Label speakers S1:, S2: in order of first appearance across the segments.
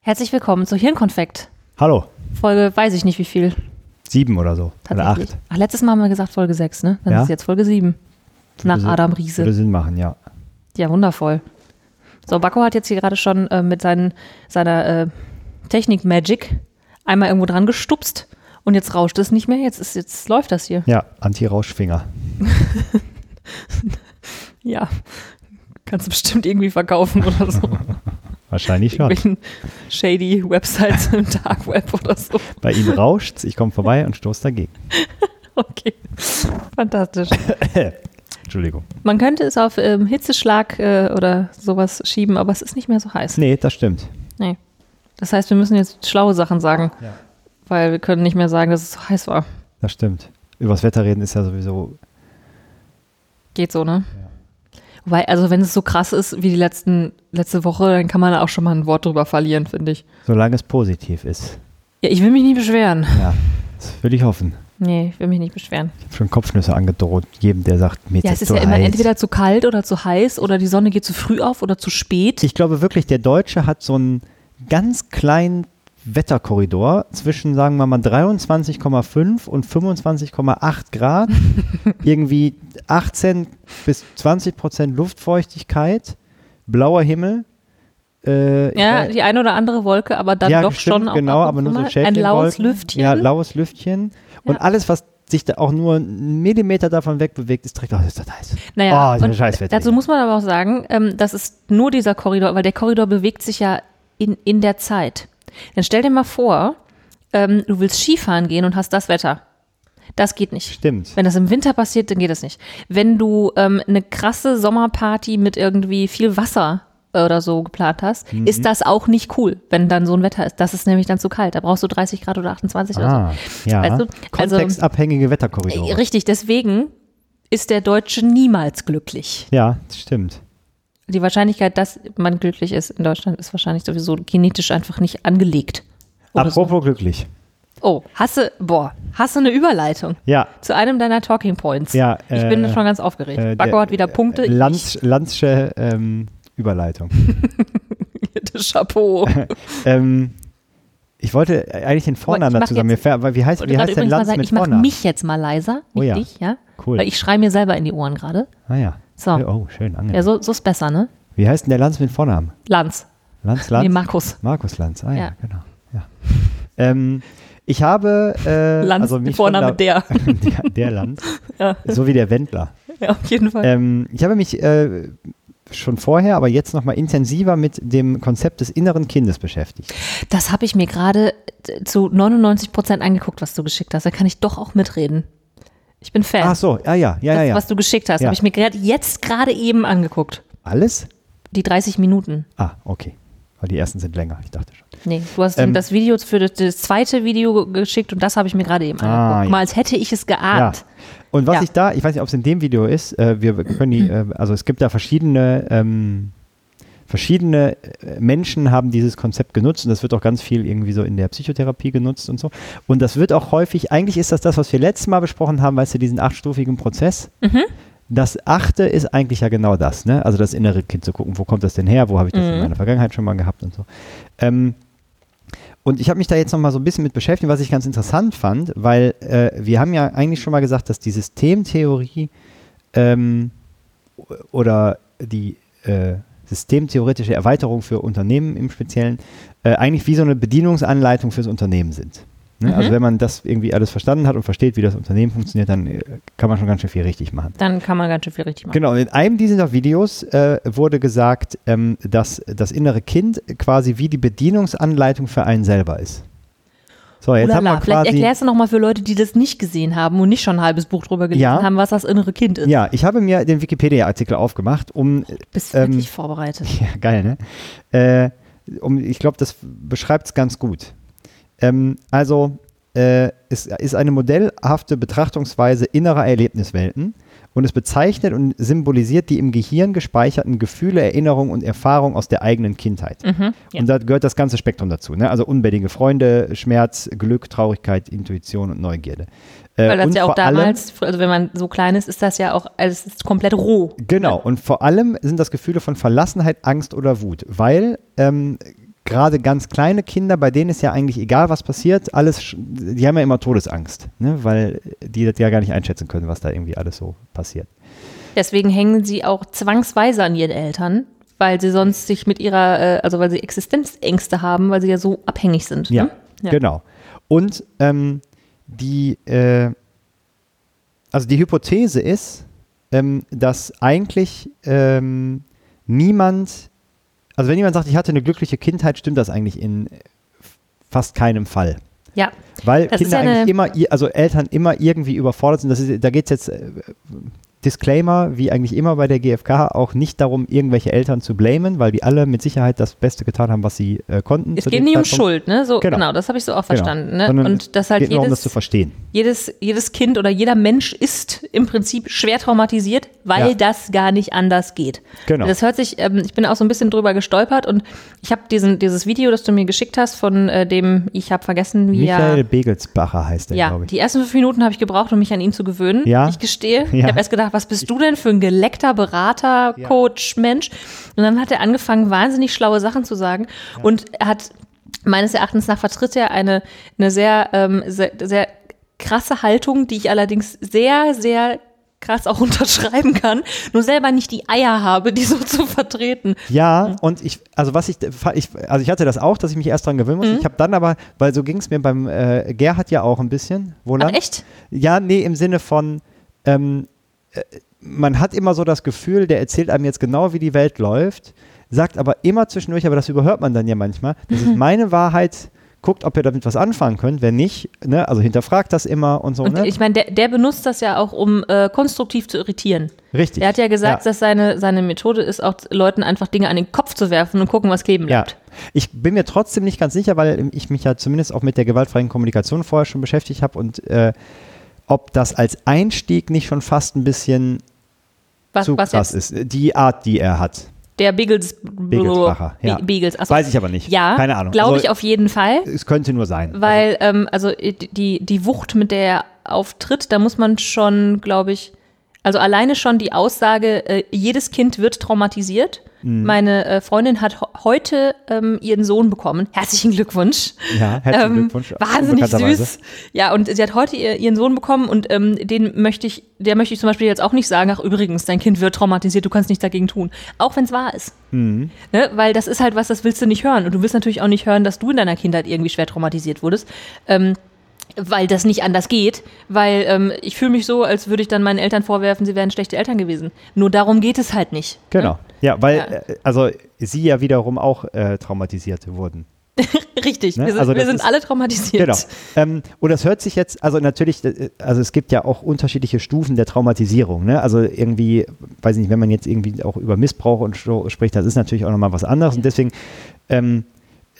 S1: Herzlich willkommen zu Hirnkonfekt.
S2: Hallo,
S1: Folge weiß ich nicht wie viel.
S2: sieben oder so. Oder
S1: Tatsächlich.
S2: acht.
S1: Ach, letztes Mal haben wir gesagt Folge 6, ne? Dann
S2: Ja.
S1: ist jetzt Folge 7. Nach
S2: Würde-
S1: Adam Riese.
S2: Würde Sinn machen, ja.
S1: Ja, wundervoll. So, Bakko hat jetzt hier gerade schon äh, mit seinen, seiner äh, Technik-Magic einmal irgendwo dran gestupst und jetzt rauscht es nicht mehr. Jetzt, ist, jetzt läuft das hier.
S2: Ja, Anti-Rauschfinger.
S1: Ja. Kannst du bestimmt irgendwie verkaufen oder so.
S2: Wahrscheinlich schon.
S1: Irgendwelchen shady Websites im Dark Web oder so.
S2: Bei ihm rauscht's, ich komme vorbei und stoß dagegen.
S1: Okay. Fantastisch.
S2: Entschuldigung.
S1: Man könnte es auf ähm, Hitzeschlag äh, oder sowas schieben, aber es ist nicht mehr so heiß.
S2: Nee, das stimmt.
S1: Nee. Das heißt, wir müssen jetzt schlaue Sachen sagen,
S2: Ja.
S1: weil wir können nicht mehr sagen, dass es so heiß war.
S2: Das stimmt. Übers Wetter reden ist ja sowieso.
S1: Geht so, ne? Wobei, also wenn es so krass ist wie die letzten, letzte Woche, dann kann man da auch schon mal ein Wort drüber verlieren, finde ich.
S2: Solange es positiv ist.
S1: Ja, ich will mich nicht beschweren.
S2: Ja, das würde ich hoffen.
S1: Nee, ich will mich nicht beschweren.
S2: Ich habe schon Kopfnüsse angedroht, jedem, der sagt, mir
S1: Ja, es
S2: ist
S1: ist
S2: so
S1: ja immer
S2: heiß.
S1: entweder zu kalt oder zu heiß oder die Sonne geht zu früh auf oder zu spät.
S2: Ich glaube wirklich, der Deutsche hat so einen ganz kleinen Wetterkorridor zwischen, sagen wir mal, 23,5 und 25,8 Grad. Irgendwie 18 bis 20 Prozent Luftfeuchtigkeit, blauer Himmel. Äh, ich
S1: Ja,
S2: weiß-
S1: die eine oder andere Wolke, aber dann
S2: ja,
S1: doch
S2: stimmt,
S1: schon auch
S2: genau,
S1: ab und
S2: aber
S1: zu
S2: nur so
S1: mal ein laues
S2: Schäfchenwolken.
S1: Lüftchen.
S2: Ja, laues Lüftchen. Und
S1: Ja.
S2: alles, was sich da auch nur einen Millimeter davon wegbewegt, ist direkt, oh, ist das heiß.
S1: Naja,
S2: oh, ist
S1: und
S2: ein Scheißwetter.
S1: dazu
S2: hier.
S1: muss man aber auch sagen, ähm, das ist nur dieser Korridor, weil der Korridor bewegt sich ja in, in der Zeit. Dann stell dir mal vor, ähm, du willst Skifahren gehen und hast das Wetter. Das geht nicht.
S2: Stimmt.
S1: Wenn das im Winter passiert, dann geht das nicht. Wenn du ähm, eine krasse Sommerparty mit irgendwie viel Wasser äh, oder so geplant hast,
S2: Mhm.
S1: ist das auch nicht cool, wenn dann so ein Wetter ist. Das ist nämlich dann zu kalt. Da brauchst du 30 Grad oder 28 oder so.
S2: Ah, ja.
S1: Weißt du, also-
S2: Kontextabhängige Wetterkorridore.
S1: Richtig, deswegen ist der Deutsche niemals glücklich.
S2: Ja, das stimmt.
S1: Die Wahrscheinlichkeit, dass man glücklich ist in Deutschland, ist wahrscheinlich sowieso genetisch einfach nicht angelegt. Oder so.
S2: Apropos glücklich.
S1: Oh, hasse, boah, hasse eine Überleitung
S2: Ja,
S1: zu einem deiner Talking Points.
S2: Ja,
S1: ich
S2: äh,
S1: bin schon ganz aufgeregt.
S2: äh,
S1: Bakko
S2: der-
S1: hat wieder Punkte.
S2: Lanz, Lanzsche ähm, Überleitung.
S1: Ich, Chapeau.
S2: ähm, ich wollte eigentlich den
S1: ich
S2: Vornamen
S1: mach
S2: zusammen.
S1: jetzt-
S2: Wie, wie heißt,
S1: Ich
S2: wie
S1: wollte
S2: heißt denn
S1: übrigens mal
S2: Lanz
S1: sagen,
S2: mit
S1: ich mache
S2: Vornamen?
S1: mich jetzt mal leiser, nicht
S2: Oh ja.
S1: dich, ja?
S2: Cool.
S1: Weil ich schreie mir selber in die Ohren gerade.
S2: Ah ja.
S1: So.
S2: Oh, schön, angenehm.
S1: Ja, so, so ist besser, ne?
S2: Wie heißt denn der Lanz mit Vornamen?
S1: Lanz.
S2: Lanz, Lanz?
S1: Nee, Markus.
S2: Markus Lanz, ah ja,
S1: Ja.
S2: genau. Ja. Ähm, ich habe... Äh,
S1: Lanz,
S2: also mich
S1: Vorname
S2: von
S1: der.
S2: der. Der Lanz,
S1: Ja.
S2: so wie der Wendler.
S1: Ja, auf jeden Fall.
S2: Ähm, ich habe mich äh, schon vorher, aber jetzt nochmal intensiver mit dem Konzept des inneren Kindes beschäftigt.
S1: Das habe ich mir gerade äh, zu 99 Prozent angeguckt, was du geschickt hast. Da kann ich doch auch mitreden. Ich bin Fan.
S2: Ach so, ah ja, ja, ja,
S1: Äh. das,
S2: ja. ja.
S1: was du geschickt hast,
S2: Ja.
S1: habe ich mir grad, jetzt gerade eben angeguckt.
S2: Alles?
S1: Die 30 Minuten.
S2: Ah, okay. Weil die ersten sind länger, ich dachte schon.
S1: Nee, du hast
S2: Ähm.
S1: das Video für das, das zweite Video ge- geschickt und das habe ich mir gerade eben angeguckt.
S2: Ah, ja.
S1: Mal als hätte ich es geahnt.
S2: Und was
S1: Ja.
S2: ich da, ich weiß nicht, ob es in dem Video ist, äh, wir können die, äh, also es gibt da verschiedene, ähm, verschiedene äh, Menschen haben dieses Konzept genutzt und das wird auch ganz viel irgendwie so in der Psychotherapie genutzt und so. Und das wird auch häufig, eigentlich ist das das, was wir letztes Mal besprochen haben, weißt du, diesen achtstufigen Prozess. Das Achte ist eigentlich ja genau das, ne? Also das innere Kind zu gucken, wo kommt das denn her, wo habe ich das in meiner Vergangenheit schon mal gehabt und so. Ähm, und ich habe mich da jetzt nochmal so ein bisschen mit beschäftigt, was ich ganz interessant fand, weil äh, wir haben ja eigentlich schon mal gesagt, dass die Systemtheorie ähm, o- oder die äh, systemtheoretische Erweiterung für Unternehmen im Speziellen äh, eigentlich wie so eine Bedienungsanleitung fürs Unternehmen sind. Ne? Also
S1: Mhm.
S2: wenn man das irgendwie alles verstanden hat und versteht, wie das Unternehmen funktioniert, dann äh, kann man schon ganz schön viel richtig machen.
S1: Dann kann man ganz schön viel richtig machen.
S2: Genau, und in einem dieser Videos äh, wurde gesagt, ähm, dass das innere Kind quasi wie die Bedienungsanleitung für einen selber ist. So, Genau, jetzt haben wir
S1: Ulala, vielleicht
S2: quasi.
S1: erklärst du nochmal für Leute, die das nicht gesehen haben und nicht schon ein halbes Buch drüber gelesen
S2: Ja.
S1: haben, was das innere Kind ist.
S2: Ja, ich habe mir den Wikipedia-Artikel aufgemacht, um.
S1: Bist
S2: ähm,
S1: wirklich vorbereitet.
S2: Ja, geil, ne? Äh, um, ich glaube, das beschreibt es ganz gut. Ähm, also, äh, es ist eine modellhafte Betrachtungsweise innerer Erlebniswelten und es bezeichnet und symbolisiert die im Gehirn gespeicherten Gefühle, Erinnerungen und Erfahrungen aus der eigenen Kindheit.
S1: Mhm, ja.
S2: Und da gehört das ganze Spektrum dazu. Ne? Also unbändige Freunde, Schmerz, Glück, Traurigkeit, Intuition und Neugierde. Äh,
S1: Weil das
S2: und
S1: ja auch
S2: vor allem-
S1: damals, also wenn man so klein ist, ist das ja auch alles ist komplett roh.
S2: Genau, und vor allem sind das Gefühle von Verlassenheit, Angst oder Wut, weil ähm, gerade ganz kleine Kinder, bei denen ist ja eigentlich egal, was passiert, alles, sch- die haben ja immer Todesangst, ne? weil die das ja gar nicht einschätzen können, was da irgendwie alles so passiert.
S1: Deswegen hängen sie auch zwangsweise an ihren Eltern, weil sie sonst sich mit ihrer, äh, also weil sie Existenzängste haben, weil sie ja so abhängig sind.
S2: Ja,
S1: ne? Ja.
S2: genau. Und ähm, die, äh, also die Hypothese ist, ähm, dass eigentlich ähm, niemand, also wenn jemand sagt, ich hatte eine glückliche Kindheit, stimmt das eigentlich in äh, fast keinem Fall.
S1: Ja,
S2: Weil
S1: Das ist
S2: Kinder
S1: ja eine-
S2: eigentlich immer, ir- also Eltern immer irgendwie überfordert sind. Das ist, da geht es jetzt, äh, Disclaimer, wie eigentlich immer bei der GfK, auch nicht darum, irgendwelche Eltern zu blamen, weil die alle mit Sicherheit das Beste getan haben, was sie äh, konnten.
S1: es
S2: zu
S1: geht
S2: dem
S1: nie um
S2: Zeitpunkt.
S1: Schuld, ne? So,
S2: Genau.
S1: genau. das habe ich so auch
S2: Genau.
S1: verstanden. Ne?
S2: Sondern
S1: Und dass
S2: es
S1: halt
S2: geht
S1: jedes,
S2: nur um das zu verstehen.
S1: jedes, jedes Kind oder jeder Mensch ist im Prinzip schwer traumatisiert, weil
S2: Ja.
S1: das gar nicht anders geht.
S2: Genau.
S1: Das hört sich, ähm, ich bin auch so ein bisschen drüber gestolpert und ich habe diesen, dieses Video, das du mir geschickt hast, von äh, dem, ich habe vergessen, wie er.
S2: Michael Begelsbacher heißt er,
S1: Ja,
S2: glaube ich.
S1: die ersten fünf Minuten habe ich gebraucht, um mich an ihn zu gewöhnen.
S2: Ja.
S1: Ich gestehe. Ich
S2: Ja.
S1: habe erst gedacht, was bist du denn für ein geleckter Berater,
S2: Ja.
S1: Coach, Mensch? Und dann hat er angefangen, wahnsinnig schlaue Sachen zu sagen und er hat meines Erachtens nach vertritt er eine, eine sehr, ähm, sehr, sehr krasse Haltung, die ich allerdings sehr, sehr krass auch unterschreiben kann, nur selber nicht die Eier habe, die so zu vertreten.
S2: Ja,
S1: Mhm.
S2: und ich, also was ich, ich, also ich hatte das auch, dass ich mich erst dran gewöhnen
S1: Mhm.
S2: muss. Ich habe dann aber, weil so ging es mir beim äh, Gerhard ja auch ein bisschen. Wohlan.
S1: Ach, echt?
S2: Ja, nee, im Sinne von, ähm, äh, man hat immer so das Gefühl, der erzählt einem jetzt genau, wie die Welt läuft, sagt aber immer zwischendurch, aber das überhört man dann ja manchmal, das ist meine Wahrheit, guckt, ob ihr damit was anfangen könnt, wenn nicht, ne, also hinterfragt das immer und so,
S1: Und
S2: ne?
S1: ich meine, der, der benutzt das ja auch, um äh, konstruktiv zu irritieren.
S2: Richtig.
S1: Er hat ja gesagt, dass seine, seine Methode ist, auch Leuten einfach Dinge an den Kopf zu werfen und gucken, was kleben
S2: Ja.
S1: bleibt.
S2: Ich bin mir trotzdem nicht ganz sicher, weil ich mich ja zumindest auch mit der gewaltfreien Kommunikation vorher schon beschäftigt habe und äh, ob das als Einstieg nicht schon fast ein bisschen
S1: Was,
S2: zu
S1: was
S2: krass
S1: jetzt?
S2: ist. Die Art, die er hat.
S1: Der Beagles.
S2: Begelsbacher, ja.
S1: Be- Beagles. Achso.
S2: Weiß ich aber nicht.
S1: Ja,
S2: Keine Ahnung.
S1: Glaube
S2: Also,
S1: ich auf jeden Fall,
S2: Es könnte nur sein.
S1: weil ähm, also äh, die, die Wucht, mit der er auftritt, da muss man schon, glaube ich, also alleine schon die Aussage, äh, jedes Kind wird traumatisiert.
S2: Mhm.
S1: Meine äh, Freundin hat ho- heute ähm, ihren Sohn bekommen. Herzlichen Glückwunsch.
S2: ja, herzlichen
S1: Ähm,
S2: Glückwunsch.
S1: Wahnsinnig
S2: unbekannterweise.
S1: süß. ne? Ja, und sie hat heute ihr, ihren Sohn bekommen und ähm, den möchte ich, der möchte ich zum Beispiel jetzt auch nicht sagen, ach übrigens, dein Kind wird traumatisiert, du kannst nichts dagegen tun. Auch wenn es wahr ist.
S2: Mhm.
S1: Ne? Weil das ist halt was, das willst du nicht hören. Und du willst natürlich auch nicht hören, dass du in deiner Kindheit irgendwie schwer traumatisiert wurdest. Ähm, weil das nicht anders geht, weil ähm, ich fühle mich so, als würde ich dann meinen Eltern vorwerfen, sie wären schlechte Eltern gewesen. Nur darum geht es halt nicht.
S2: Genau. Ja, weil,
S1: Ja.
S2: äh, also sie ja wiederum auch äh, traumatisiert wurden.
S1: Richtig,
S2: Ne?
S1: wir sind,
S2: Also
S1: wir
S2: das
S1: sind
S2: ist-
S1: alle traumatisiert.
S2: Genau. Ähm, und das hört sich jetzt, also natürlich, äh, also es gibt ja auch unterschiedliche Stufen der Traumatisierung. Ne? Also irgendwie, weiß ich nicht, wenn man jetzt irgendwie auch über Missbrauch und so spricht, das ist natürlich auch nochmal was anderes. Und deswegen ähm,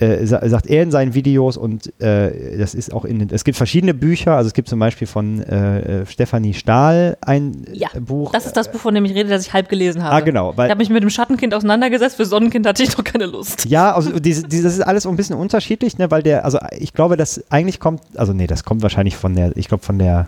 S2: äh, sa- sagt er in seinen Videos und äh, das ist auch in den, es gibt verschiedene Bücher, also es gibt zum Beispiel von äh, äh, Stefanie Stahl ein äh,
S1: Ja,
S2: Buch.
S1: das ist das Buch, von dem ich rede, das ich halb gelesen habe.
S2: Ah, genau, weil-
S1: ich habe mich mit dem Schattenkind auseinandergesetzt, für Sonnenkind hatte ich noch keine Lust.
S2: Ja, also diese, diese, das ist alles so ein bisschen unterschiedlich, ne, weil der, also ich glaube, das eigentlich kommt, also nee, das kommt wahrscheinlich von der, ich glaube von der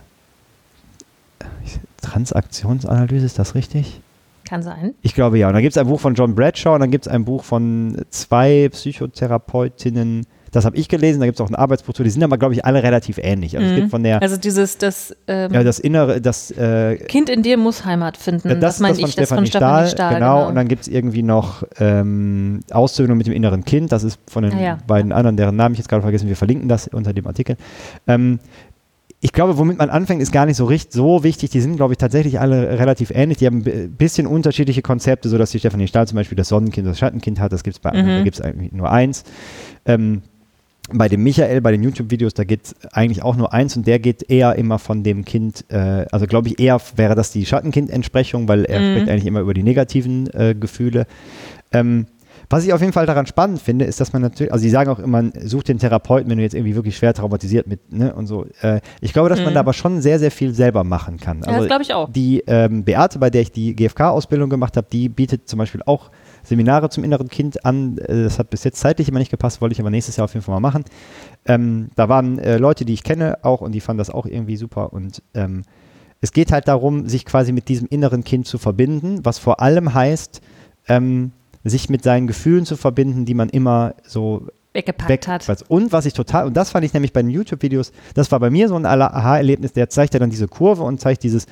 S2: Transaktionsanalyse, ist das richtig?
S1: Kann sein.
S2: Ich glaube ja. Und dann gibt es ein Buch von John Bradshaw und dann gibt es ein Buch von zwei Psychotherapeutinnen, das habe ich gelesen, da gibt es auch ein Arbeitsbuch zu, die sind aber, glaube ich, alle relativ ähnlich. Also es gibt von der,
S1: Also dieses, das ähm,
S2: ja, das innere, das äh,
S1: Kind in dir muss Heimat finden.
S2: Ja, das,
S1: das meine
S2: ist das
S1: ich,
S2: von
S1: das von
S2: Stefanie
S1: Stefanie
S2: Stahl,
S1: Stahl.
S2: genau. Und dann gibt es irgendwie noch ähm, Aussöhnung mit dem inneren Kind. Das ist von den
S1: Ah, ja.
S2: beiden anderen, deren Namen ich jetzt gerade vergessen. Wir verlinken das unter dem Artikel. Ähm, ich glaube, womit man anfängt, ist gar nicht so richtig so wichtig. Die sind, glaube ich, tatsächlich alle relativ ähnlich. Die haben ein bi- bisschen unterschiedliche Konzepte, sodass die Stefanie Stahl zum Beispiel das Sonnenkind, das Schattenkind hat. Das gibt es bei
S1: Mhm.
S2: anderen, da gibt es eigentlich nur eins. Ähm, bei dem Michael, bei den YouTube-Videos, da geht eigentlich auch nur eins und der geht eher immer von dem Kind, äh, also glaube ich, eher wäre das die Schattenkind-Entsprechung, weil er spricht eigentlich immer über die negativen äh, Gefühle. Ähm, was ich auf jeden Fall daran spannend finde, ist, dass man natürlich, also die sagen auch immer, such den Therapeuten, wenn du jetzt irgendwie wirklich schwer traumatisiert mit, ne, und so. Äh, ich glaube, dass man da aber schon sehr, sehr viel selber machen kann. Also
S1: das glaube ich auch.
S2: Die ähm, Beate, bei der ich die GfK-Ausbildung gemacht habe, die bietet zum Beispiel auch Seminare zum inneren Kind an. Äh, Das hat bis jetzt zeitlich immer nicht gepasst, wollte ich aber nächstes Jahr auf jeden Fall mal machen. Ähm, da waren äh, Leute, die ich kenne auch und die fanden das auch irgendwie super. Und ähm, es geht halt darum, sich quasi mit diesem inneren Kind zu verbinden, was vor allem heißt, ähm, sich mit seinen Gefühlen zu verbinden, die man immer so
S1: Weggepackt
S2: weg
S1: hat.
S2: was- Und was ich total, und das fand ich nämlich bei den YouTube-Videos, das war bei mir so ein Aha-Erlebnis, der zeigt ja dann diese Kurve und zeigt dieses,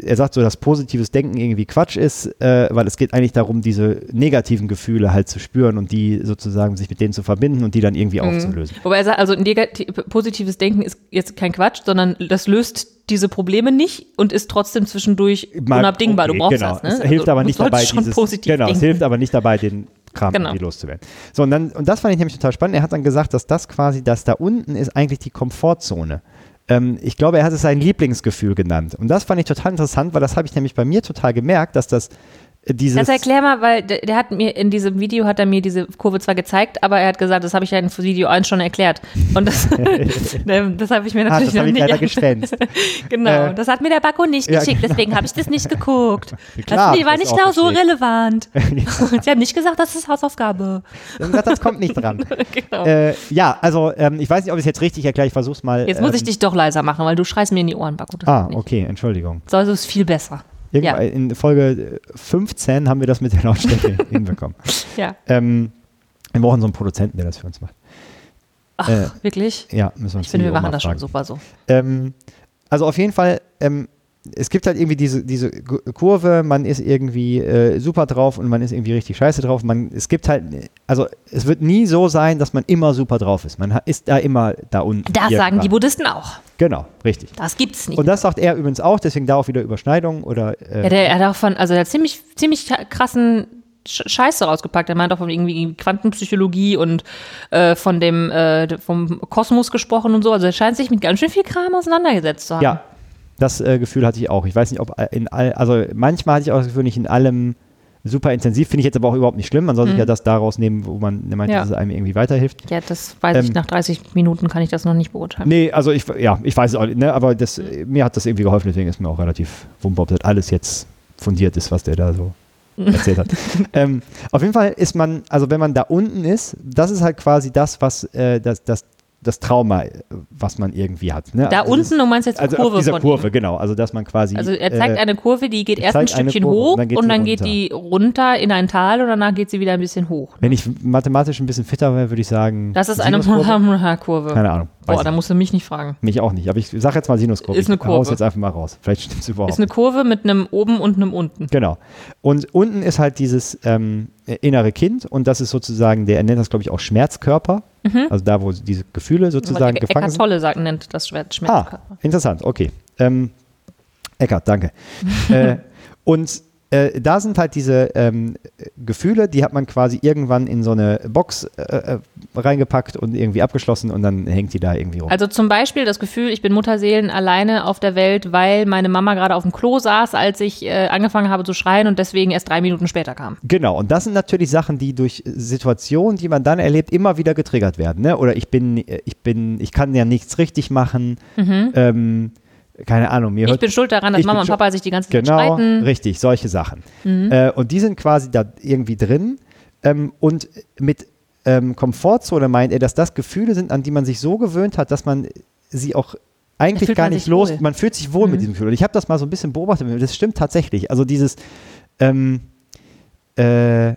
S2: er sagt so, dass positives Denken irgendwie Quatsch ist, äh, weil es geht eigentlich darum, diese negativen Gefühle halt zu spüren und die sozusagen sich mit denen zu verbinden und die dann irgendwie aufzulösen.
S1: Wobei er sagt, also negati- positives Denken ist jetzt kein Quatsch, sondern das löst diese Probleme nicht und ist trotzdem zwischendurch
S2: Mal-
S1: unabdingbar.
S2: okay,
S1: du brauchst
S2: genau.
S1: das. Ne?
S2: Es hilft
S1: Also,
S2: aber
S1: du
S2: nicht
S1: solltest
S2: dabei,
S1: schon
S2: dieses,
S1: positiv
S2: genau, es
S1: denken.
S2: hilft aber nicht dabei, den Kram
S1: Genau.
S2: irgendwie loszuwerden. So, und, dann, und das fand ich nämlich total spannend. Er hat dann gesagt, dass das quasi, dass da unten ist eigentlich die Komfortzone. Ähm, ich glaube, er hat es sein Lieblingsgefühl genannt. Und das fand ich total interessant, weil das habe ich nämlich bei mir total gemerkt, dass das äh, dieses
S1: Das erklär mal, weil der, der hat mir in diesem Video hat er mir diese Kurve zwar gezeigt, aber er hat gesagt, das habe ich ja in Video 1 schon erklärt. Und das, ne, das habe ich mir
S2: Ah,
S1: natürlich
S2: das habe ich
S1: noch
S2: leider
S1: nicht.
S2: geschwänzt.
S1: Genau,
S2: Äh,
S1: das hat mir der Bakko nicht
S2: ja, genau.
S1: geschickt, deswegen habe ich das nicht geguckt.
S2: Klar,
S1: das die war
S2: das
S1: nicht
S2: auch
S1: genau so
S2: geschickt.
S1: relevant. Sie haben nicht gesagt, das ist Hausaufgabe.
S2: Das kommt nicht dran.
S1: Genau.
S2: Äh, ja, also ähm, ich weiß nicht, ob ich es jetzt richtig erkläre, ich versuche es mal.
S1: Jetzt muss ich
S2: ähm,
S1: dich doch leiser machen, weil du schreist mir in die Ohren, Bakko. Das
S2: Ah,
S1: geht nicht.
S2: okay, Entschuldigung.
S1: So also ist viel besser.
S2: Irgendwann In Folge äh, 15 haben wir das mit der Lautstärke hinbekommen.
S1: Ja,
S2: Ähm, wir brauchen so einen Produzenten, der das für uns macht.
S1: Ach,
S2: Äh,
S1: wirklich?
S2: Ja, müssen wir uns
S1: Ich finde, wir
S2: CEO
S1: machen
S2: mal
S1: das schon
S2: fragen.
S1: super so.
S2: Ähm, also auf jeden Fall, ähm, es gibt halt irgendwie diese, diese Gu- Kurve, man ist irgendwie äh, super drauf und man ist irgendwie richtig scheiße drauf. Man, es gibt halt, also es wird nie so sein, dass man immer super drauf ist. Man ha- ist da immer da unten.
S1: Das sagen die
S2: irgendwann.
S1: Buddhisten auch.
S2: Genau, richtig.
S1: Das gibt's nicht.
S2: Und das sagt er übrigens auch, deswegen da auch wieder Überschneidung oder äh,
S1: Ja, der, er hat auch von, also der hat ziemlich, ziemlich krassen Sch- Scheiß da rausgepackt. Er meint auch von irgendwie Quantenpsychologie und äh, von dem, äh, vom Kosmos gesprochen und so. Also er scheint sich mit ganz schön viel Kram auseinandergesetzt zu haben.
S2: Ja, das äh, Gefühl hatte ich auch. Ich weiß nicht, ob in all, also manchmal hatte ich auch das Gefühl, nicht in allem super intensiv, finde ich jetzt aber auch überhaupt nicht schlimm. Man soll sich ja das daraus nehmen, wo man meint,
S1: Mhm. Ja.
S2: dass es einem irgendwie weiterhilft.
S1: Ja, das weiß ich,
S2: Ähm.
S1: nach 30 Minuten kann ich das noch nicht beurteilen.
S2: Nee, also ich, ja, ich weiß es auch nicht, ne, aber das,
S1: Mhm.
S2: äh, mir hat das irgendwie geholfen, deswegen ist mir auch relativ wumpe, ob das alles jetzt fundiert ist, was der da so
S1: Mhm.
S2: erzählt hat. ähm, auf jeden Fall ist man, also wenn man da unten ist, das ist halt quasi das, was äh, das, das, das Trauma, äh, was man irgendwie hat. Ne?
S1: Da
S2: also dieses-
S1: unten, du meinst jetzt
S2: also
S1: Kurve
S2: auf dieser
S1: von
S2: Kurve, genau. Also dass man quasi
S1: ihm. Also er zeigt
S2: äh,
S1: eine Kurve, die geht
S2: er
S1: erst ein
S2: zeigt eine
S1: Stückchen
S2: Kurve und
S1: hoch
S2: dann geht
S1: und
S2: sie
S1: dann geht die runter in ein Tal und danach geht sie wieder ein bisschen hoch.
S2: Wenn ich mathematisch ein bisschen fitter wäre, würde ich sagen.
S1: Das ist eine
S2: Sinuskurve?
S1: Kurve.
S2: Keine Ahnung. Weiß
S1: Boah, da
S2: ich
S1: musst du mich nicht fragen.
S2: mich auch nicht. Aber ich sage jetzt mal Sinuskurve.
S1: Ist eine
S2: Ich hau's
S1: Kurve.
S2: jetzt einfach mal raus. Vielleicht stimmt es überhaupt.
S1: Ist eine Kurve mit einem oben und einem unten.
S2: Genau. Und unten ist halt dieses ähm, innere Kind und das ist sozusagen, der er nennt das, glaube ich, auch Schmerzkörper.
S1: Mhm.
S2: Also da, wo diese Gefühle sozusagen
S1: Eck-
S2: gefangen
S1: Eckart
S2: sind.
S1: Tolle sagt, nennt das Schwert
S2: Ah,
S1: Schmerzkörper.
S2: interessant. Okay. Ähm, Eckart, danke. äh, und äh, da sind halt diese ähm, Gefühle, die hat man quasi irgendwann in so eine Box äh, äh, reingepackt und irgendwie abgeschlossen und dann hängt die da irgendwie rum.
S1: Also zum Beispiel das Gefühl, ich bin Mutterseelen alleine auf der Welt, weil meine Mama gerade auf dem Klo saß, als ich äh, angefangen habe zu schreien und deswegen erst drei Minuten später kam.
S2: Genau, und das sind natürlich Sachen, die durch Situationen, die man dann erlebt, immer wieder getriggert werden. Ne? Oder ich bin, ich bin, ich kann ja nichts richtig machen. Ähm, keine Ahnung, mir
S1: Mhm. Ich
S2: hört
S1: bin schuld daran, dass
S2: ich bin
S1: Mama und
S2: schuld-
S1: Papa sich die ganze Zeit
S2: genau,
S1: streiten. Mhm.
S2: richtig, solche Sachen. Äh, und die sind quasi da irgendwie drin. Ähm, und mit ähm, Komfortzone meint er, dass das Gefühle sind, an die man sich so gewöhnt hat, dass man sie auch eigentlich
S1: fühlt
S2: gar
S1: man
S2: nicht
S1: sich
S2: los.
S1: wohl. Mhm.
S2: Man fühlt sich wohl mit diesem Gefühl. Und ich habe das mal so ein bisschen beobachtet. Das stimmt tatsächlich. Also dieses ähm, äh, m-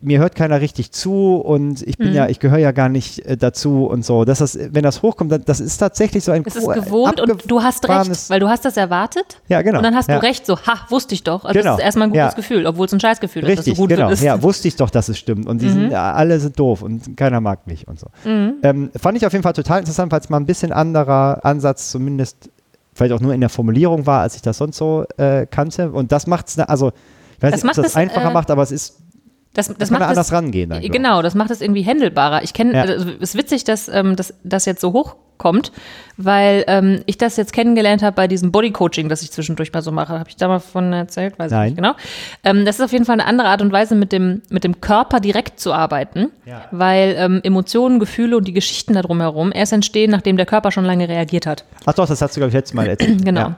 S2: mir hört keiner richtig zu und ich
S1: Mhm.
S2: bin ja, ich gehöre ja gar nicht äh, dazu und so. Dass das, wenn das hochkommt, dann, das ist tatsächlich so ein
S1: Es ist gewohnt und du hast
S2: abgefahrenes-
S1: recht, weil du hast das erwartet.
S2: Ja, genau.
S1: Und dann hast
S2: ja.
S1: du recht, so, ha, wusste ich doch. Also
S2: Genau.
S1: das ist erstmal ein gutes
S2: Ja.
S1: Gefühl, obwohl es ein Scheißgefühl ist, Mhm. dass
S2: Richtig,
S1: du gut
S2: genau.
S1: bist.
S2: Ja, wusste ich doch, dass es stimmt. Und die sind, ja, alle sind doof und keiner mag mich und so.
S1: Mhm.
S2: Ähm, fand ich auf jeden Fall total interessant, weil es mal ein bisschen anderer Ansatz zumindest vielleicht auch nur in der Formulierung war, als ich das sonst so äh, kannte. Und das macht es, also ich weiß
S1: Das
S2: nicht, ob
S1: macht
S2: das
S1: es,
S2: einfacher
S1: äh,
S2: macht, aber es ist,
S1: Das, das,
S2: das kann
S1: macht
S2: man
S1: das,
S2: anders rangehen. Dann, glaub ich.
S1: Genau, das macht es irgendwie händelbarer. Ich kenne,
S2: Ja.
S1: also, es ist witzig, dass ähm, das, das jetzt so hochkommt, weil ähm, ich das jetzt kennengelernt habe bei diesem Bodycoaching, das ich zwischendurch mal so mache. Habe ich da mal von erzählt? Weiß
S2: Nein.
S1: ich nicht genau. Ähm, das ist auf jeden Fall eine andere Art und Weise, mit dem, mit dem Körper direkt zu arbeiten,
S2: Ja.
S1: weil ähm, Emotionen, Gefühle und die Geschichten da drumherum erst entstehen, nachdem der Körper schon lange reagiert hat.
S2: Ach doch, das hast du, glaube ich, letztes Mal erzählt.
S1: Genau.
S2: Ja.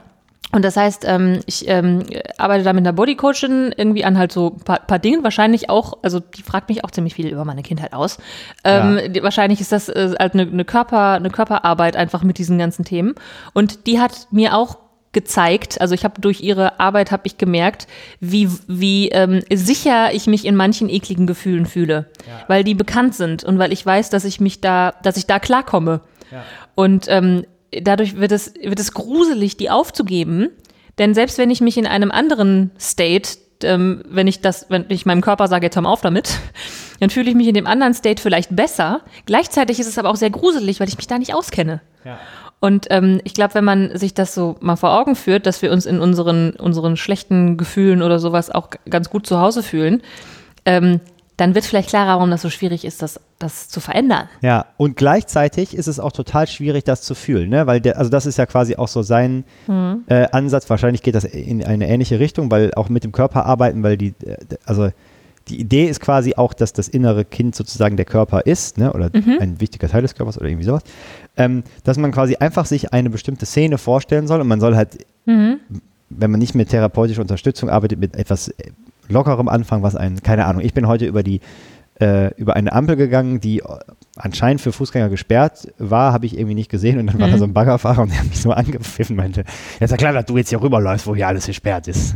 S1: Und das heißt, ähm, ich ähm, arbeite da mit einer Bodycoachin irgendwie an halt so ein paar, paar Dingen. Wahrscheinlich auch, also die fragt mich auch ziemlich viel über meine Kindheit aus. Ähm, die, wahrscheinlich ist das ne, äh, halt eine, eine, Körper, eine Körperarbeit einfach mit diesen ganzen Themen. Und die hat mir auch gezeigt. Also ich habe durch ihre Arbeit habe ich gemerkt, wie wie ähm, sicher ich mich in manchen ekligen Gefühlen fühle, weil die bekannt sind und weil ich weiß, dass ich mich da, dass ich da klarkomme. Und ähm, dadurch wird es wird es gruselig, die aufzugeben, denn selbst wenn ich mich in einem anderen State ähm, wenn ich das, wenn ich meinem Körper sage, jetzt hör mal auf damit, dann fühle ich mich in dem anderen State vielleicht besser. Gleichzeitig ist es aber auch sehr gruselig, weil ich mich da nicht auskenne. Und ähm, ich glaube, wenn man sich das so mal vor Augen führt, dass wir uns in unseren, unseren schlechten Gefühlen oder sowas auch g- ganz gut zu Hause fühlen, ähm, dann wird vielleicht klarer, warum das so schwierig ist, das, das zu verändern.
S2: Ja, und gleichzeitig ist es auch total schwierig, das zu fühlen, ne? Weil der, also das ist ja quasi auch so sein äh, Ansatz. Wahrscheinlich geht das in eine ähnliche Richtung, weil auch mit dem Körper arbeiten, weil die, äh, also die Idee ist quasi auch, dass das innere Kind sozusagen der Körper ist, ne? Oder ein wichtiger Teil des Körpers oder irgendwie sowas. Ähm, dass man quasi einfach sich eine bestimmte Szene vorstellen soll und man soll halt wenn man nicht mit therapeutischer Unterstützung arbeitet, mit etwas äh, lockerem Anfang, was einen, keine Ahnung, ich bin heute über die, äh, über eine Ampel gegangen, die äh, anscheinend für Fußgänger gesperrt war, habe ich irgendwie nicht gesehen und dann war da so ein Baggerfahrer und der hat mich so angepfiffen und meinte, ja ist ja klar, dass du jetzt hier rüberläufst, wo hier alles gesperrt ist.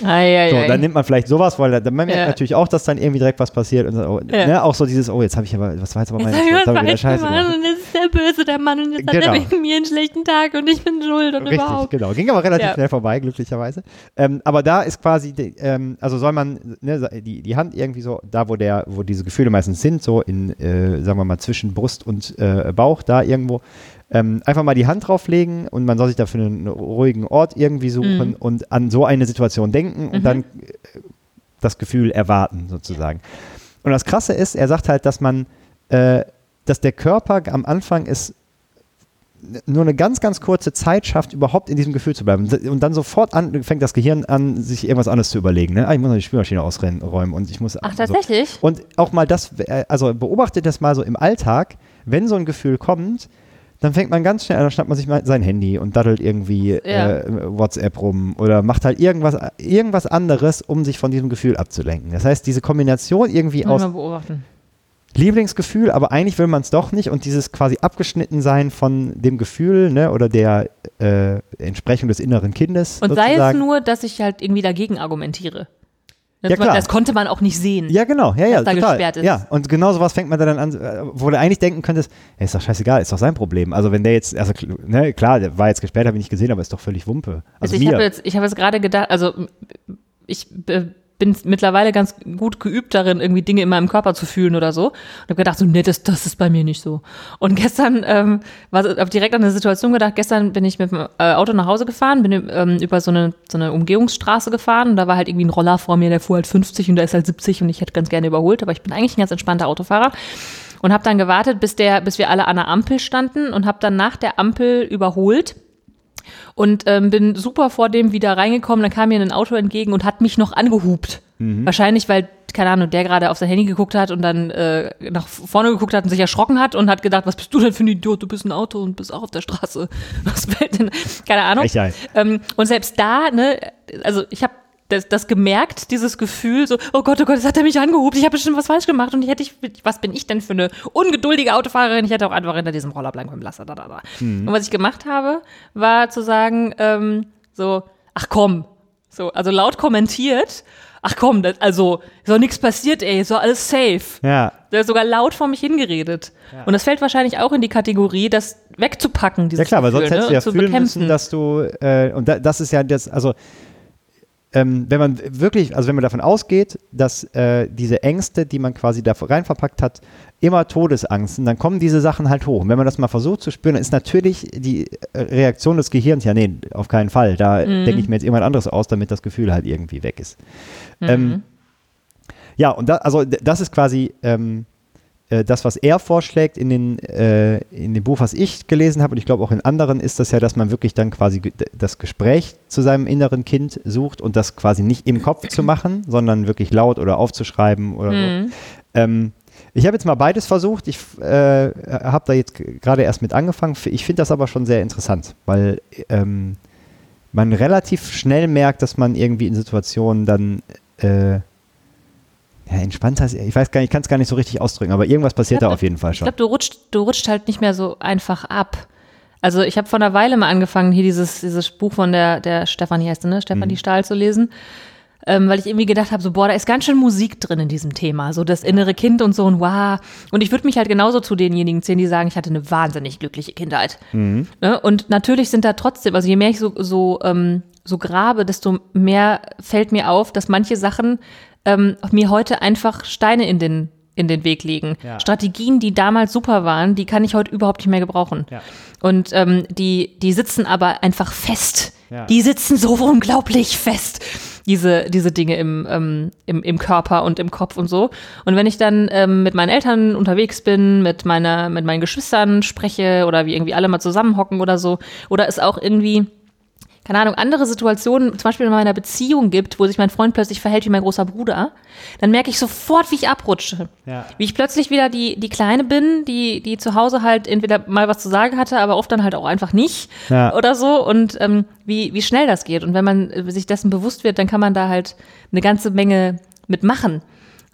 S2: So, dann nimmt man vielleicht sowas, weil dann- dann merkt man
S1: Ja.
S2: natürlich auch, dass dann irgendwie direkt was passiert und so, oh,
S1: Ja.
S2: ne, auch so dieses, oh, jetzt habe ich aber, was war jetzt aber meine, jetzt hab ich wieder Scheiße gemacht.
S1: und jetzt ist der böse der Mann und jetzt
S2: hat er Genau.
S1: wegen mir einen schlechten Tag und ich bin schuld und
S2: Richtig, genau. Ging aber relativ
S1: Ja.
S2: schnell vorbei, glücklicherweise. Ähm, aber da ist quasi, die, ähm, also soll man ne, die, die Hand irgendwie so, da wo der, wo diese Gefühle meistens sind, so in, äh, sagen wir mal, zwischen Brust und äh, Bauch, da irgendwo, ähm, einfach mal die Hand drauflegen und man soll sich dafür einen ruhigen Ort irgendwie suchen und an so eine Situation denken und dann äh, das Gefühl erwarten, sozusagen. Und das Krasse ist, er sagt halt, dass man, äh, dass der Körper am Anfang ist nur eine ganz, ganz kurze Zeit schafft, überhaupt in diesem Gefühl zu bleiben. Und dann sofort an, fängt das Gehirn an, sich irgendwas anderes zu überlegen. Ne? Ah, ich muss noch die Spülmaschine ausräumen und ich muss.
S1: Ach,
S2: so.
S1: tatsächlich?
S2: Und auch mal das, äh, also beobachtet das mal so im Alltag, wenn so ein Gefühl kommt, dann fängt man ganz schnell an, dann schnappt man sich mal sein Handy und daddelt irgendwie
S1: Ja.
S2: äh, WhatsApp rum oder macht halt irgendwas, irgendwas anderes, um sich von diesem Gefühl abzulenken. Das heißt, diese Kombination irgendwie
S1: Muss
S2: aus
S1: man beobachten.
S2: Lieblingsgefühl, aber eigentlich will man es doch nicht und dieses quasi abgeschnitten sein von dem Gefühl ne, oder der äh, Entsprechung des inneren Kindes.
S1: Und sei
S2: sozusagen.
S1: es nur, dass ich halt irgendwie dagegen argumentiere. Das,
S2: Ja,
S1: man,
S2: klar.
S1: das konnte man auch nicht sehen.
S2: Ja, genau, ja, ja,
S1: da
S2: total.
S1: gesperrt ist.
S2: Ja, und genau sowas fängt man da dann an, äh, wo du eigentlich denken könntest, ey, ist doch scheißegal, ist doch sein Problem. Also wenn der jetzt, also kl- ne, klar, der war jetzt gesperrt, habe ich nicht gesehen, aber ist doch völlig Wumpe. Also
S1: Also ich
S2: mir.
S1: habe jetzt, ich habe jetzt gerade gedacht, also m- ich äh, bin mittlerweile ganz gut geübt darin, irgendwie Dinge in meinem Körper zu fühlen oder so. Und habe gedacht, so, nee, das, das ist bei mir nicht so. Und gestern ähm, war so- hab direkt an eine Situation gedacht. Gestern bin ich mit dem äh, Auto nach Hause gefahren, bin ähm, über so eine, so eine Umgehungsstraße gefahren und da war halt irgendwie ein Roller vor mir, der fuhr halt 50 und da ist halt 70 und ich hätte ganz gerne überholt, aber ich bin eigentlich ein ganz entspannter Autofahrer und habe dann gewartet, bis der, bis wir alle an der Ampel standen und habe dann nach der Ampel überholt und ähm, bin super vor dem wieder reingekommen. Dann kam mir ein Auto entgegen und hat mich noch angehupt. Wahrscheinlich, weil, keine Ahnung, der gerade auf sein Handy geguckt hat und dann äh, nach vorne geguckt hat und sich erschrocken hat und hat gedacht, was bist du denn für ein Idiot? Du bist ein Auto und bist auch auf der Straße. Was fällt denn? Keine Ahnung.
S2: Frechheit.
S1: Ähm, und selbst da, ne, also ich habe das, das gemerkt, dieses Gefühl, so, oh Gott, oh Gott, jetzt hat er mich angehobt, ich habe bestimmt was falsch gemacht und ich hätte ich, was bin ich denn für eine ungeduldige Autofahrerin? Ich hätte auch einfach hinter diesem Roller bleiben können lassen. Da, da, da.
S2: Mhm.
S1: Und was ich gemacht habe, war zu sagen, ähm, so, ach komm. So, also laut kommentiert, ach komm, das, also, so nichts passiert, ey, so alles safe.
S2: ja,
S1: Der hat sogar laut vor mich hingeredet. Und das fällt wahrscheinlich auch in die Kategorie, das wegzupacken, dieses
S2: ja klar, weil
S1: Gefühl, ne?
S2: sonst hättest du ja
S1: zu
S2: fühlen
S1: bekämpfen.
S2: müssen, dass du, äh, und da, das ist ja das, also ähm, wenn man wirklich, also wenn man davon ausgeht, dass äh, diese Ängste, die man quasi da rein verpackt hat, immer Todesangsten, dann kommen diese Sachen halt hoch. Und wenn man das mal versucht zu spüren, dann ist natürlich die äh, Reaktion des Gehirns, ja, nee, auf keinen Fall. Da
S1: Mhm.
S2: denke ich mir jetzt irgendwas anderes aus, damit das Gefühl halt irgendwie weg ist.
S1: Mhm.
S2: Ähm, ja, und da, also d- das ist quasi ähm, äh, das, was er vorschlägt in, den, äh, in dem Buch, was ich gelesen habe, und ich glaube auch in anderen, ist das ja, dass man wirklich dann quasi ge- d- das Gespräch zu seinem inneren Kind sucht und das quasi nicht im Kopf zu machen, sondern wirklich laut oder aufzuschreiben oder so. Ähm, ich habe jetzt mal beides versucht. Ich äh, habe da jetzt g- gerade erst mit angefangen. F- Ich finde das aber schon sehr interessant, weil ähm, man relativ schnell merkt, dass man irgendwie in Situationen dann äh, ja, entspannter ist. Ich weiß gar nicht, ich kann es gar nicht so richtig ausdrücken, aber irgendwas passiert
S1: glaub,
S2: da auf jeden Fall
S1: Ich
S2: schon.
S1: glaube, du rutscht, du rutscht halt nicht mehr so einfach ab. Also ich habe vor einer Weile mal angefangen, hier dieses, dieses Buch von der, der Stefanie heißt, sie, ne? Stefanie Stahl zu lesen. Ähm, weil ich irgendwie gedacht habe, so, boah, da ist ganz schön Musik drin in diesem Thema. So das innere Kind und so und wow. Und ich würde mich halt genauso zu denjenigen zählen, die sagen, ich hatte eine wahnsinnig glückliche Kindheit. Ne? Und natürlich sind da trotzdem, also je mehr ich so, so, ähm, so grabe, desto mehr fällt mir auf, dass manche Sachen ähm, mir heute einfach Steine in den, in den Weg legen.
S2: Ja.
S1: Strategien, die damals super waren, die kann ich heute überhaupt nicht mehr gebrauchen.
S2: Ja.
S1: Und ähm, die, die sitzen aber einfach fest.
S2: Ja.
S1: Die sitzen so unglaublich fest, diese, diese Dinge im, ähm, im, im Körper und im Kopf und so. Und wenn ich dann ähm, mit meinen Eltern unterwegs bin, mit, meiner, mit meinen Geschwistern spreche oder wir irgendwie alle mal zusammenhocken oder so, oder es auch irgendwie, keine Ahnung, andere Situationen, zum Beispiel in meiner Beziehung gibt, wo sich mein Freund plötzlich verhält wie mein großer Bruder, dann merke ich sofort, wie ich abrutsche.
S2: Ja.
S1: Wie ich plötzlich wieder die, die Kleine bin, die, die zu Hause halt entweder mal was zu sagen hatte, aber oft dann halt auch einfach nicht
S2: Ja.
S1: oder so und ähm, wie, wie schnell das geht. Und wenn man äh, sich dessen bewusst wird, dann kann man da halt eine ganze Menge mitmachen.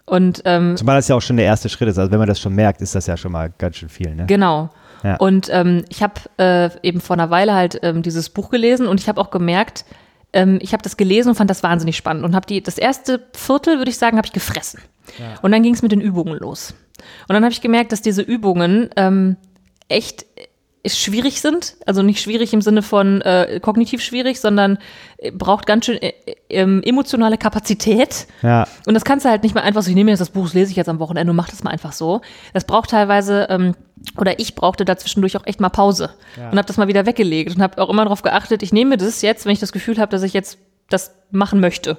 S1: Und ähm,
S2: Zumal das ja auch schon der erste Schritt ist. Also wenn man das schon merkt, ist das ja schon mal ganz schön viel. Ne?
S1: Genau.
S2: Ja.
S1: Und ähm, ich habe äh, eben vor einer Weile halt ähm, dieses Buch gelesen und ich habe auch gemerkt, ähm, ich habe das gelesen und fand das wahnsinnig spannend und habe das erste Viertel, würde ich sagen, habe ich gefressen. Und dann ging es mit den Übungen los. Und dann habe ich gemerkt, dass diese Übungen ähm, echt äh, schwierig sind. Also nicht schwierig im Sinne von äh, kognitiv schwierig, sondern äh, braucht ganz schön äh, ähm, emotionale Kapazität.
S2: Ja.
S1: Und das kannst du halt nicht mal einfach so, ich nehme jetzt das Buch, das lese ich jetzt am Wochenende und mach das mal einfach so. Das braucht teilweise, ähm, oder ich brauchte dazwischendurch auch echt mal Pause und habe das mal wieder weggelegt und habe auch immer darauf geachtet, ich nehme das jetzt, wenn ich das Gefühl habe, dass ich jetzt das machen möchte.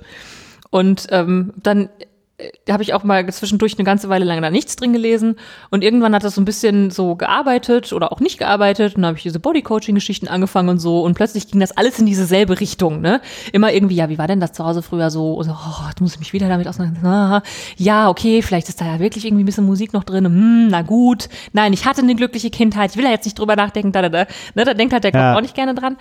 S1: Und ähm, dann äh, habe ich auch mal zwischendurch eine ganze Weile lang da nichts drin gelesen und irgendwann hat das so ein bisschen so gearbeitet oder auch nicht gearbeitet und dann habe ich diese Body-Coaching-Geschichten angefangen und so und plötzlich ging das alles in dieselbe Richtung, ne? Immer irgendwie, ja, wie war denn das zu Hause früher so? Und so oh, jetzt muss ich mich wieder damit auseinandersetzen. Ah, Ja, okay, vielleicht ist da ja wirklich irgendwie ein bisschen Musik noch drin. Hm, na gut. Nein, ich hatte eine glückliche Kindheit, ich will ja jetzt nicht drüber nachdenken. Da, da, da. Ne, da denkt halt der Kopf
S2: Ja.
S1: auch nicht gerne dran.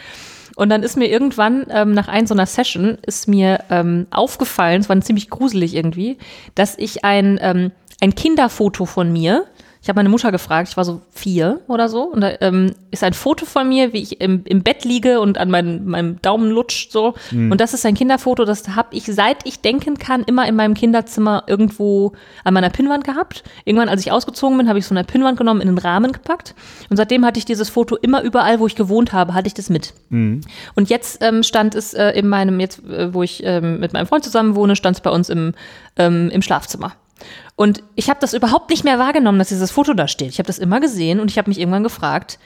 S1: Und dann ist mir irgendwann ähm, nach ein so einer Session ist mir ähm, aufgefallen, es war ziemlich gruselig irgendwie, dass ich ein, ähm, ein Kinderfoto von mir, ich habe meine Mutter gefragt, ich war so vier oder so, und da ähm, ist ein Foto von mir, wie ich im, im Bett liege und an meinen, meinem Daumen lutscht so. Und das ist ein Kinderfoto, das habe ich seit ich denken kann immer in meinem Kinderzimmer irgendwo an meiner Pinnwand gehabt. Irgendwann, als ich ausgezogen bin, habe ich es von der Pinnwand genommen, in den Rahmen gepackt. Und seitdem hatte ich dieses Foto immer überall, wo ich gewohnt habe, hatte ich das mit. Und jetzt ähm, stand es äh, in meinem, jetzt äh, wo ich ähm, mit meinem Freund zusammen wohne, stand es bei uns im, ähm, im Schlafzimmer. Und ich habe das überhaupt nicht mehr wahrgenommen, dass dieses Foto da steht. Ich habe das immer gesehen und ich habe mich irgendwann gefragt,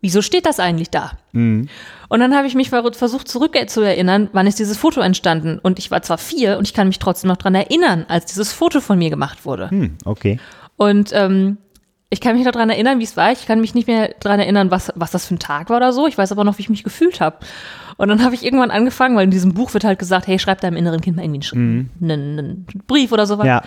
S1: wieso steht das eigentlich da? Und dann habe ich mich ver- versucht zurückzuerinnern, wann ist dieses Foto entstanden. Und ich war zwar vier und ich kann mich trotzdem noch dran erinnern, als dieses Foto von mir gemacht wurde.
S2: Hm, okay.
S1: Und ähm, ich kann mich noch daran erinnern, wie es war. Ich kann mich nicht mehr daran erinnern, was, was das für ein Tag war oder so. Ich weiß aber noch, wie ich mich gefühlt habe. Und dann habe ich irgendwann angefangen, weil in diesem Buch wird halt gesagt, hey, schreib deinem inneren Kind mal irgendwie einen, Sch- einen, einen Brief oder sowas.
S2: Ja.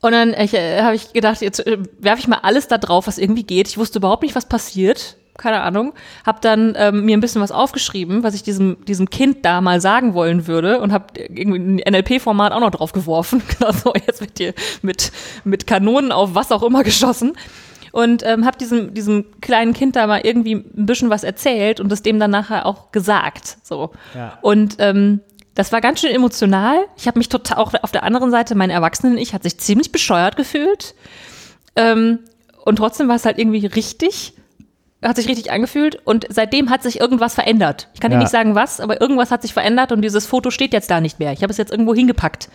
S1: Und dann äh, ich, äh, habe ich gedacht, jetzt äh, werfe ich mal alles da drauf, was irgendwie geht. Ich wusste überhaupt nicht, was passiert. Keine Ahnung. Habe dann ähm, mir ein bisschen was aufgeschrieben, was ich diesem, diesem Kind da mal sagen wollen würde und habe irgendwie ein NLP-Format auch noch drauf geworfen. Genau so, jetzt wird hier mit, mit Kanonen auf was auch immer geschossen. Und ähm, habe diesem, diesem kleinen Kind da mal irgendwie ein bisschen was erzählt und das dem dann nachher auch gesagt. So.
S2: Ja.
S1: Und ähm, das war ganz schön emotional. Ich habe mich total, auch auf der anderen Seite, mein Erwachsenen-Ich hat sich ziemlich bescheuert gefühlt. Ähm, und trotzdem war es halt irgendwie richtig, hat sich richtig angefühlt. Und seitdem hat sich irgendwas verändert. Ich kann
S2: Ja.
S1: dir nicht sagen, was, aber irgendwas hat sich verändert und dieses Foto steht jetzt da nicht mehr. Ich habe es jetzt irgendwo hingepackt.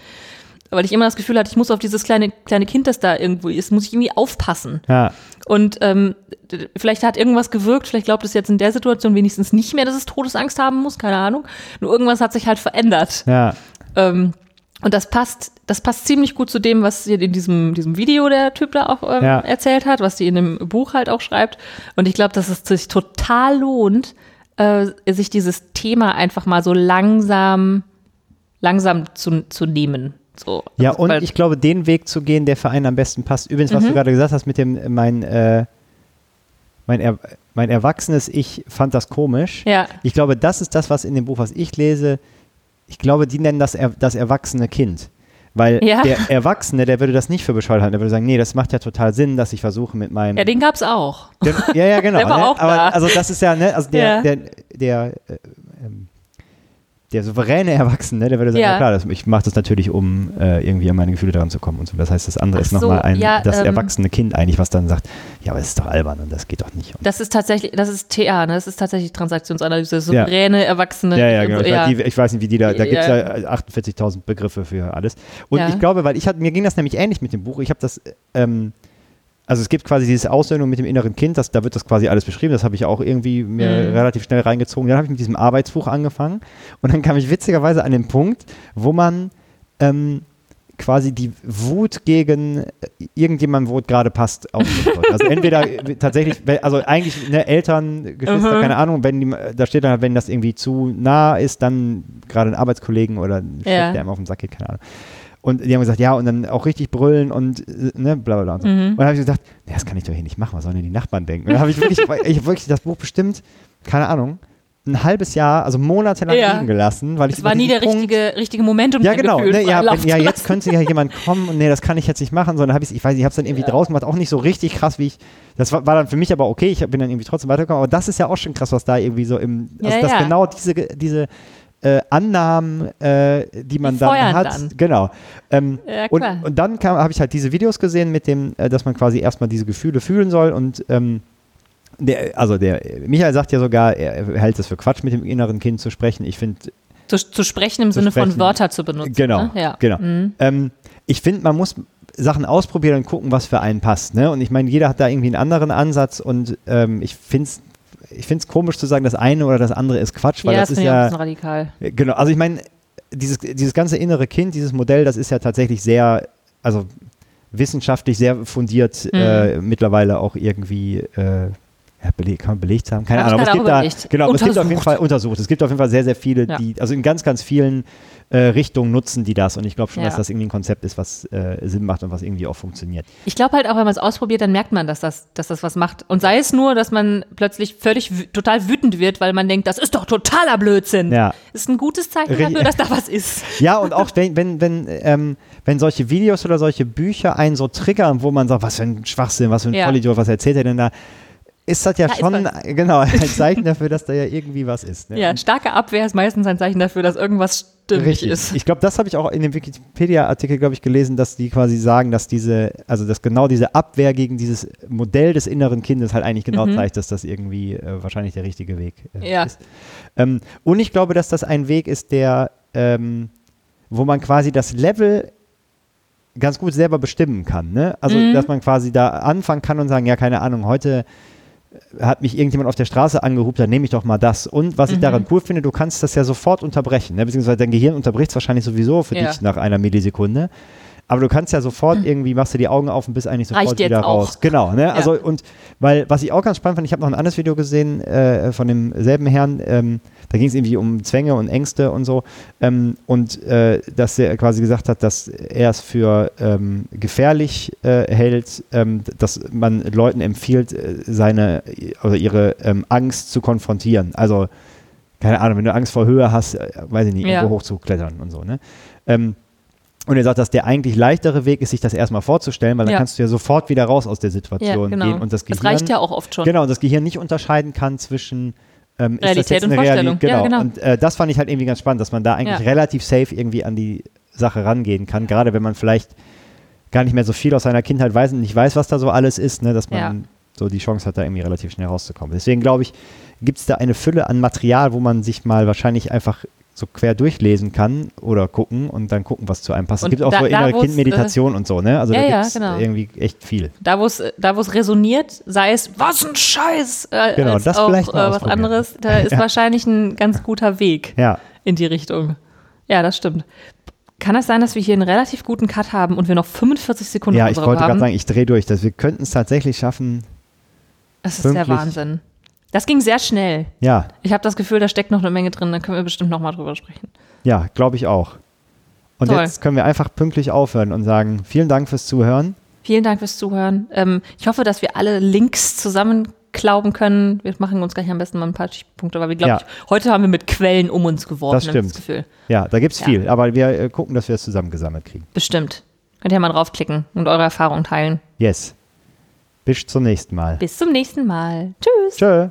S1: Weil ich immer das Gefühl hatte, ich muss auf dieses kleine, kleine Kind, das da irgendwo ist, muss ich irgendwie aufpassen.
S2: Ja.
S1: Und ähm, d- vielleicht hat irgendwas gewirkt, vielleicht glaubt es jetzt in der Situation wenigstens nicht mehr, dass es Todesangst haben muss, keine Ahnung. Nur irgendwas hat sich halt verändert.
S2: Ja.
S1: Ähm, und das passt, das passt ziemlich gut zu dem, was hier in diesem, diesem Video der Typ da auch ähm,
S2: Ja.
S1: erzählt hat, was sie in dem Buch halt auch schreibt. Und ich glaube, dass es sich total lohnt, äh, sich dieses Thema einfach mal so langsam, langsam zu, zu nehmen. So,
S2: Ja,
S1: Also,
S2: und
S1: weil- Mhm.
S2: ich glaube, den Weg zu gehen, der für einen am besten passt. Übrigens, was du gerade gesagt hast mit dem, äh, mein, äh, mein, er, mein erwachsenes Ich fand das komisch.
S1: Ja.
S2: Ich glaube, das ist das, was in dem Buch, was ich lese, ich glaube, die nennen das er, das erwachsene Kind. Weil
S1: Ja.
S2: der Erwachsene, der würde das nicht für bescheuert halten. Der würde sagen, nee, das macht ja total Sinn, dass ich versuche mit meinem.
S1: Ja, den gab's auch.
S2: Gen- ja, ja, genau.
S1: Der war
S2: ne?
S1: auch
S2: Aber
S1: da.
S2: also das ist ja, ne, also der,
S1: Ja.
S2: der, der, äh, ähm, der souveräne Erwachsene, der würde sagen, ja,
S1: Ja.
S2: klar, das, ich mache das natürlich, um äh, irgendwie an meine Gefühle daran zu kommen und so. Das heißt, das andere
S1: Ach
S2: ist
S1: so,
S2: nochmal ein,
S1: ja,
S2: das
S1: ähm,
S2: erwachsene Kind eigentlich, was dann sagt, ja, aber es ist doch albern und das geht doch nicht. Und,
S1: Das ist tatsächlich, das ist TA, ne? das ist tatsächlich Transaktionsanalyse,
S2: Ja.
S1: souveräne Erwachsene.
S2: ja, ja, genau. Ich,
S1: ne? Ja.
S2: Weiß, die, ich weiß nicht, wie die da, da gibt es
S1: Ja.
S2: ja, äh, 48.000 Begriffe für alles. Und
S1: Ja.
S2: ich glaube, weil ich hatte, mir ging das nämlich ähnlich mit dem Buch. Ich habe das, ähm, also es gibt quasi dieses Aussöhnung mit dem inneren Kind, das, da wird das quasi alles beschrieben, das habe ich auch irgendwie mir
S1: Mhm.
S2: relativ schnell reingezogen. Dann habe ich mit diesem Arbeitsbuch angefangen und dann kam ich witzigerweise an den Punkt, wo man ähm, quasi die Wut gegen äh, irgendjemanden, wo es gerade passt, ausdrücken wollte. Also entweder äh, tatsächlich, we- also eigentlich ne, Eltern, Geschwister,
S1: Mhm.
S2: keine Ahnung, wenn die, da steht dann, halt, wenn das irgendwie zu nah ist, dann gerade ein Arbeitskollegen oder ein Chef,
S1: Ja.
S2: der einem auf den Sack geht, keine Ahnung. Und die haben gesagt, ja, und dann auch richtig brüllen und äh, ne, bla bla bla. Und, so.
S1: Mhm.
S2: und dann habe ich gesagt, nee, das kann ich doch hier nicht machen, was sollen denn die Nachbarn denken? Und dann habe ich wirklich, ich habe wirklich das Buch bestimmt, keine Ahnung, ein halbes Jahr, also monatelang
S1: Ja.
S2: liegen gelassen, weil ich
S1: Es
S2: über
S1: war nie
S2: diesen
S1: der
S2: Punkt-
S1: richtige, richtige Moment, um
S2: ja,
S1: dein
S2: genau.
S1: Gefühl
S2: Ne, ja,
S1: freilaufen
S2: wenn, ja,
S1: zu
S2: jetzt könnte ja jemand kommen und nee, das kann ich jetzt nicht machen, sondern habe ich ich weiß, nicht, ich habe es dann irgendwie draußen gemacht, auch nicht so richtig krass, wie ich. Das war, war dann für mich aber okay, ich hab- bin dann irgendwie trotzdem weitergekommen, aber das ist ja auch schon krass, was da irgendwie so im. Also,
S1: Ja,
S2: dass
S1: ja.
S2: genau diese, diese äh, Annahmen, äh, die man
S1: Die
S2: dann
S1: feuern
S2: hat.
S1: dann.
S2: Genau. Ähm,
S1: Ja,
S2: und,
S1: klar.
S2: und dann habe ich halt diese Videos gesehen, mit dem, äh, dass man quasi erstmal diese Gefühle fühlen soll und. Ähm, der, also der Michael sagt ja sogar, er hält es für Quatsch, mit dem inneren Kind zu sprechen. Ich finde,
S1: Zu, zu sprechen im Sinne
S2: sprechen.
S1: von Wörter zu benutzen.
S2: Genau,
S1: Ne? Ja.
S2: genau.
S1: Mhm.
S2: Ähm, ich finde, man muss Sachen ausprobieren und gucken, was für einen passt. Ne? Und ich meine, jeder hat da irgendwie einen anderen Ansatz und ähm, ich finde es ich find's komisch zu sagen, das eine oder das andere ist Quatsch, weil
S1: ja,
S2: das, ist
S1: finde ich auch ein
S2: ja.
S1: bisschen radikal.
S2: Genau, also ich meine, dieses, dieses ganze innere Kind, dieses Modell, das ist ja tatsächlich sehr, also wissenschaftlich sehr fundiert
S1: Mhm.
S2: äh, mittlerweile auch irgendwie. Äh, ja, beleg, kann man belegt haben? Keine
S1: Hab ich
S2: Ahnung.
S1: gerade auch
S2: aber es gibt da,
S1: überlegt.
S2: genau, aber es gibt auf jeden
S1: Untersucht.
S2: Fall untersucht. Es gibt auf jeden Fall sehr, sehr viele,
S1: Ja.
S2: die, also in ganz, ganz vielen äh, Richtungen nutzen die das. Und ich glaube schon,
S1: Ja.
S2: dass das irgendwie ein Konzept ist, was äh, Sinn macht und was irgendwie auch funktioniert.
S1: Ich glaube halt auch, wenn man es ausprobiert, dann merkt man, dass das, dass das was macht. Und sei es nur, dass man plötzlich völlig wü- total wütend wird, weil man denkt, das ist doch totaler Blödsinn.
S2: Ja.
S1: Ist ein gutes Zeichen
S2: Richtig.
S1: dafür, dass da was ist.
S2: Ja, und auch wenn, wenn, wenn, ähm, wenn solche Videos oder solche Bücher einen so triggern, wo man sagt, was für ein Schwachsinn, was für ein
S1: Ja.
S2: Vollidiot, was erzählt er denn da? Ist das ja,
S1: Da ist
S2: schon genau ein Zeichen dafür, dass da ja irgendwie was ist. Ne?
S1: Ja, starke Abwehr ist meistens ein Zeichen dafür, dass irgendwas stimmig
S2: Richtig.
S1: ist.
S2: Ich glaube, das habe ich auch in dem Wikipedia-Artikel, glaube ich, gelesen, dass die quasi sagen, dass diese, also dass genau diese Abwehr gegen dieses Modell des inneren Kindes halt eigentlich genau zeigt, dass das irgendwie äh, wahrscheinlich der richtige Weg äh,
S1: Mhm. Ja.
S2: ist. Ähm, und ich glaube, dass das ein Weg ist, der, ähm, wo man quasi das Level ganz gut selber bestimmen kann. Ne? Also,
S1: Mhm.
S2: dass man quasi da anfangen kann und sagen, ja, keine Ahnung, heute hat mich irgendjemand auf der Straße angehupt, dann nehme ich doch mal das. Und was ich
S1: Mhm.
S2: daran cool finde, du kannst das ja sofort unterbrechen, ne? beziehungsweise dein Gehirn unterbricht es wahrscheinlich sowieso für
S1: Ja. Mhm.
S2: dich nach einer Millisekunde. Aber du kannst ja sofort irgendwie, machst du die Augen auf und bist eigentlich sofort
S1: Reicht jetzt
S2: wieder
S1: auch.
S2: raus. Genau, ne? Also und weil, was ich auch ganz spannend fand, ich habe noch ein anderes Video gesehen äh, von demselben Herrn, ähm, da ging es irgendwie um Zwänge und Ängste und so. Ähm, und äh, dass er quasi gesagt hat, dass er es für ähm, gefährlich äh, hält, ähm, dass man Leuten empfiehlt, äh, seine oder ihre ähm, Angst zu konfrontieren. Also, keine Ahnung, wenn du Angst vor Höhe hast, äh, weiß ich nicht,
S1: Ja.
S2: irgendwo hochzuklettern und so, ne? Ähm, und er sagt, dass der eigentlich leichtere Weg ist, sich das erstmal vorzustellen, weil dann
S1: Ja.
S2: kannst du ja sofort wieder raus aus der Situation
S1: Ja, genau.
S2: gehen und das Gehirn.
S1: das reicht ja auch oft schon.
S2: Genau, und das Gehirn nicht unterscheiden kann zwischen ähm, ist das
S1: Realität
S2: jetzt
S1: und
S2: eine
S1: Vorstellung.
S2: Realität. Genau.
S1: Ja, genau.
S2: Und äh, das fand ich halt irgendwie ganz spannend, dass man da eigentlich
S1: Ja.
S2: relativ safe irgendwie an die Sache rangehen kann, gerade wenn man vielleicht gar nicht mehr so viel aus seiner Kindheit weiß und nicht weiß, was da so alles ist, ne, dass man
S1: Ja.
S2: so die Chance hat, da irgendwie relativ schnell rauszukommen. Deswegen glaube ich, gibt es da eine Fülle an Material, wo man sich mal wahrscheinlich einfach so quer durchlesen kann oder gucken und dann gucken, was zu einem passt. es
S1: Und
S2: gibt auch
S1: da-
S2: so
S1: da,
S2: innere
S1: wo's, äh,
S2: Kindmeditation und so, ne? Also da
S1: ja, ja,
S2: gibt es
S1: genau.
S2: irgendwie echt viel.
S1: Da, wo es äh, da, wo es resoniert, sei es, was ein Scheiß, äh,
S2: Genau,
S1: als
S2: das
S1: auch
S2: vielleicht
S1: äh,
S2: mal
S1: was
S2: ausprobieren.
S1: anderes, da ist wahrscheinlich ein ganz guter Weg
S2: Ja.
S1: in die Richtung. Ja, das stimmt. Kann es sein, dass wir hier einen relativ guten Cut haben und wir noch 45 Sekunden
S2: Ja, ich
S1: unserer
S2: wollte gerade
S1: haben?
S2: sagen, ich drehe durch, dass wir könnten es tatsächlich schaffen.
S1: das ist der
S2: pünktlich-
S1: Wahnsinn. Das ging sehr schnell.
S2: Ja,
S1: Ich habe das Gefühl, da steckt noch eine Menge drin, da können wir bestimmt noch mal drüber sprechen.
S2: ja, glaube ich auch. Und
S1: Toll.
S2: jetzt können wir einfach pünktlich aufhören und sagen, vielen Dank fürs Zuhören.
S1: Vielen Dank fürs Zuhören. Ähm, ich hoffe, dass wir alle Links zusammen glauben können. Wir machen uns gleich am besten mal ein paar Punkte, weil wir glaube
S2: Ja.
S1: ich, heute haben wir mit Quellen um uns geworfen,
S2: Das
S1: hab ich
S2: stimmt.
S1: das Gefühl.
S2: Ja, da gibt's
S1: Ja.
S2: viel, aber wir äh, gucken, dass wir es zusammengesammelt kriegen.
S1: Bestimmt. Könnt ihr mal draufklicken und eure Erfahrungen teilen.
S2: Yes. Bis zum nächsten Mal.
S1: Bis zum nächsten Mal. Tschüss.
S2: Tschö.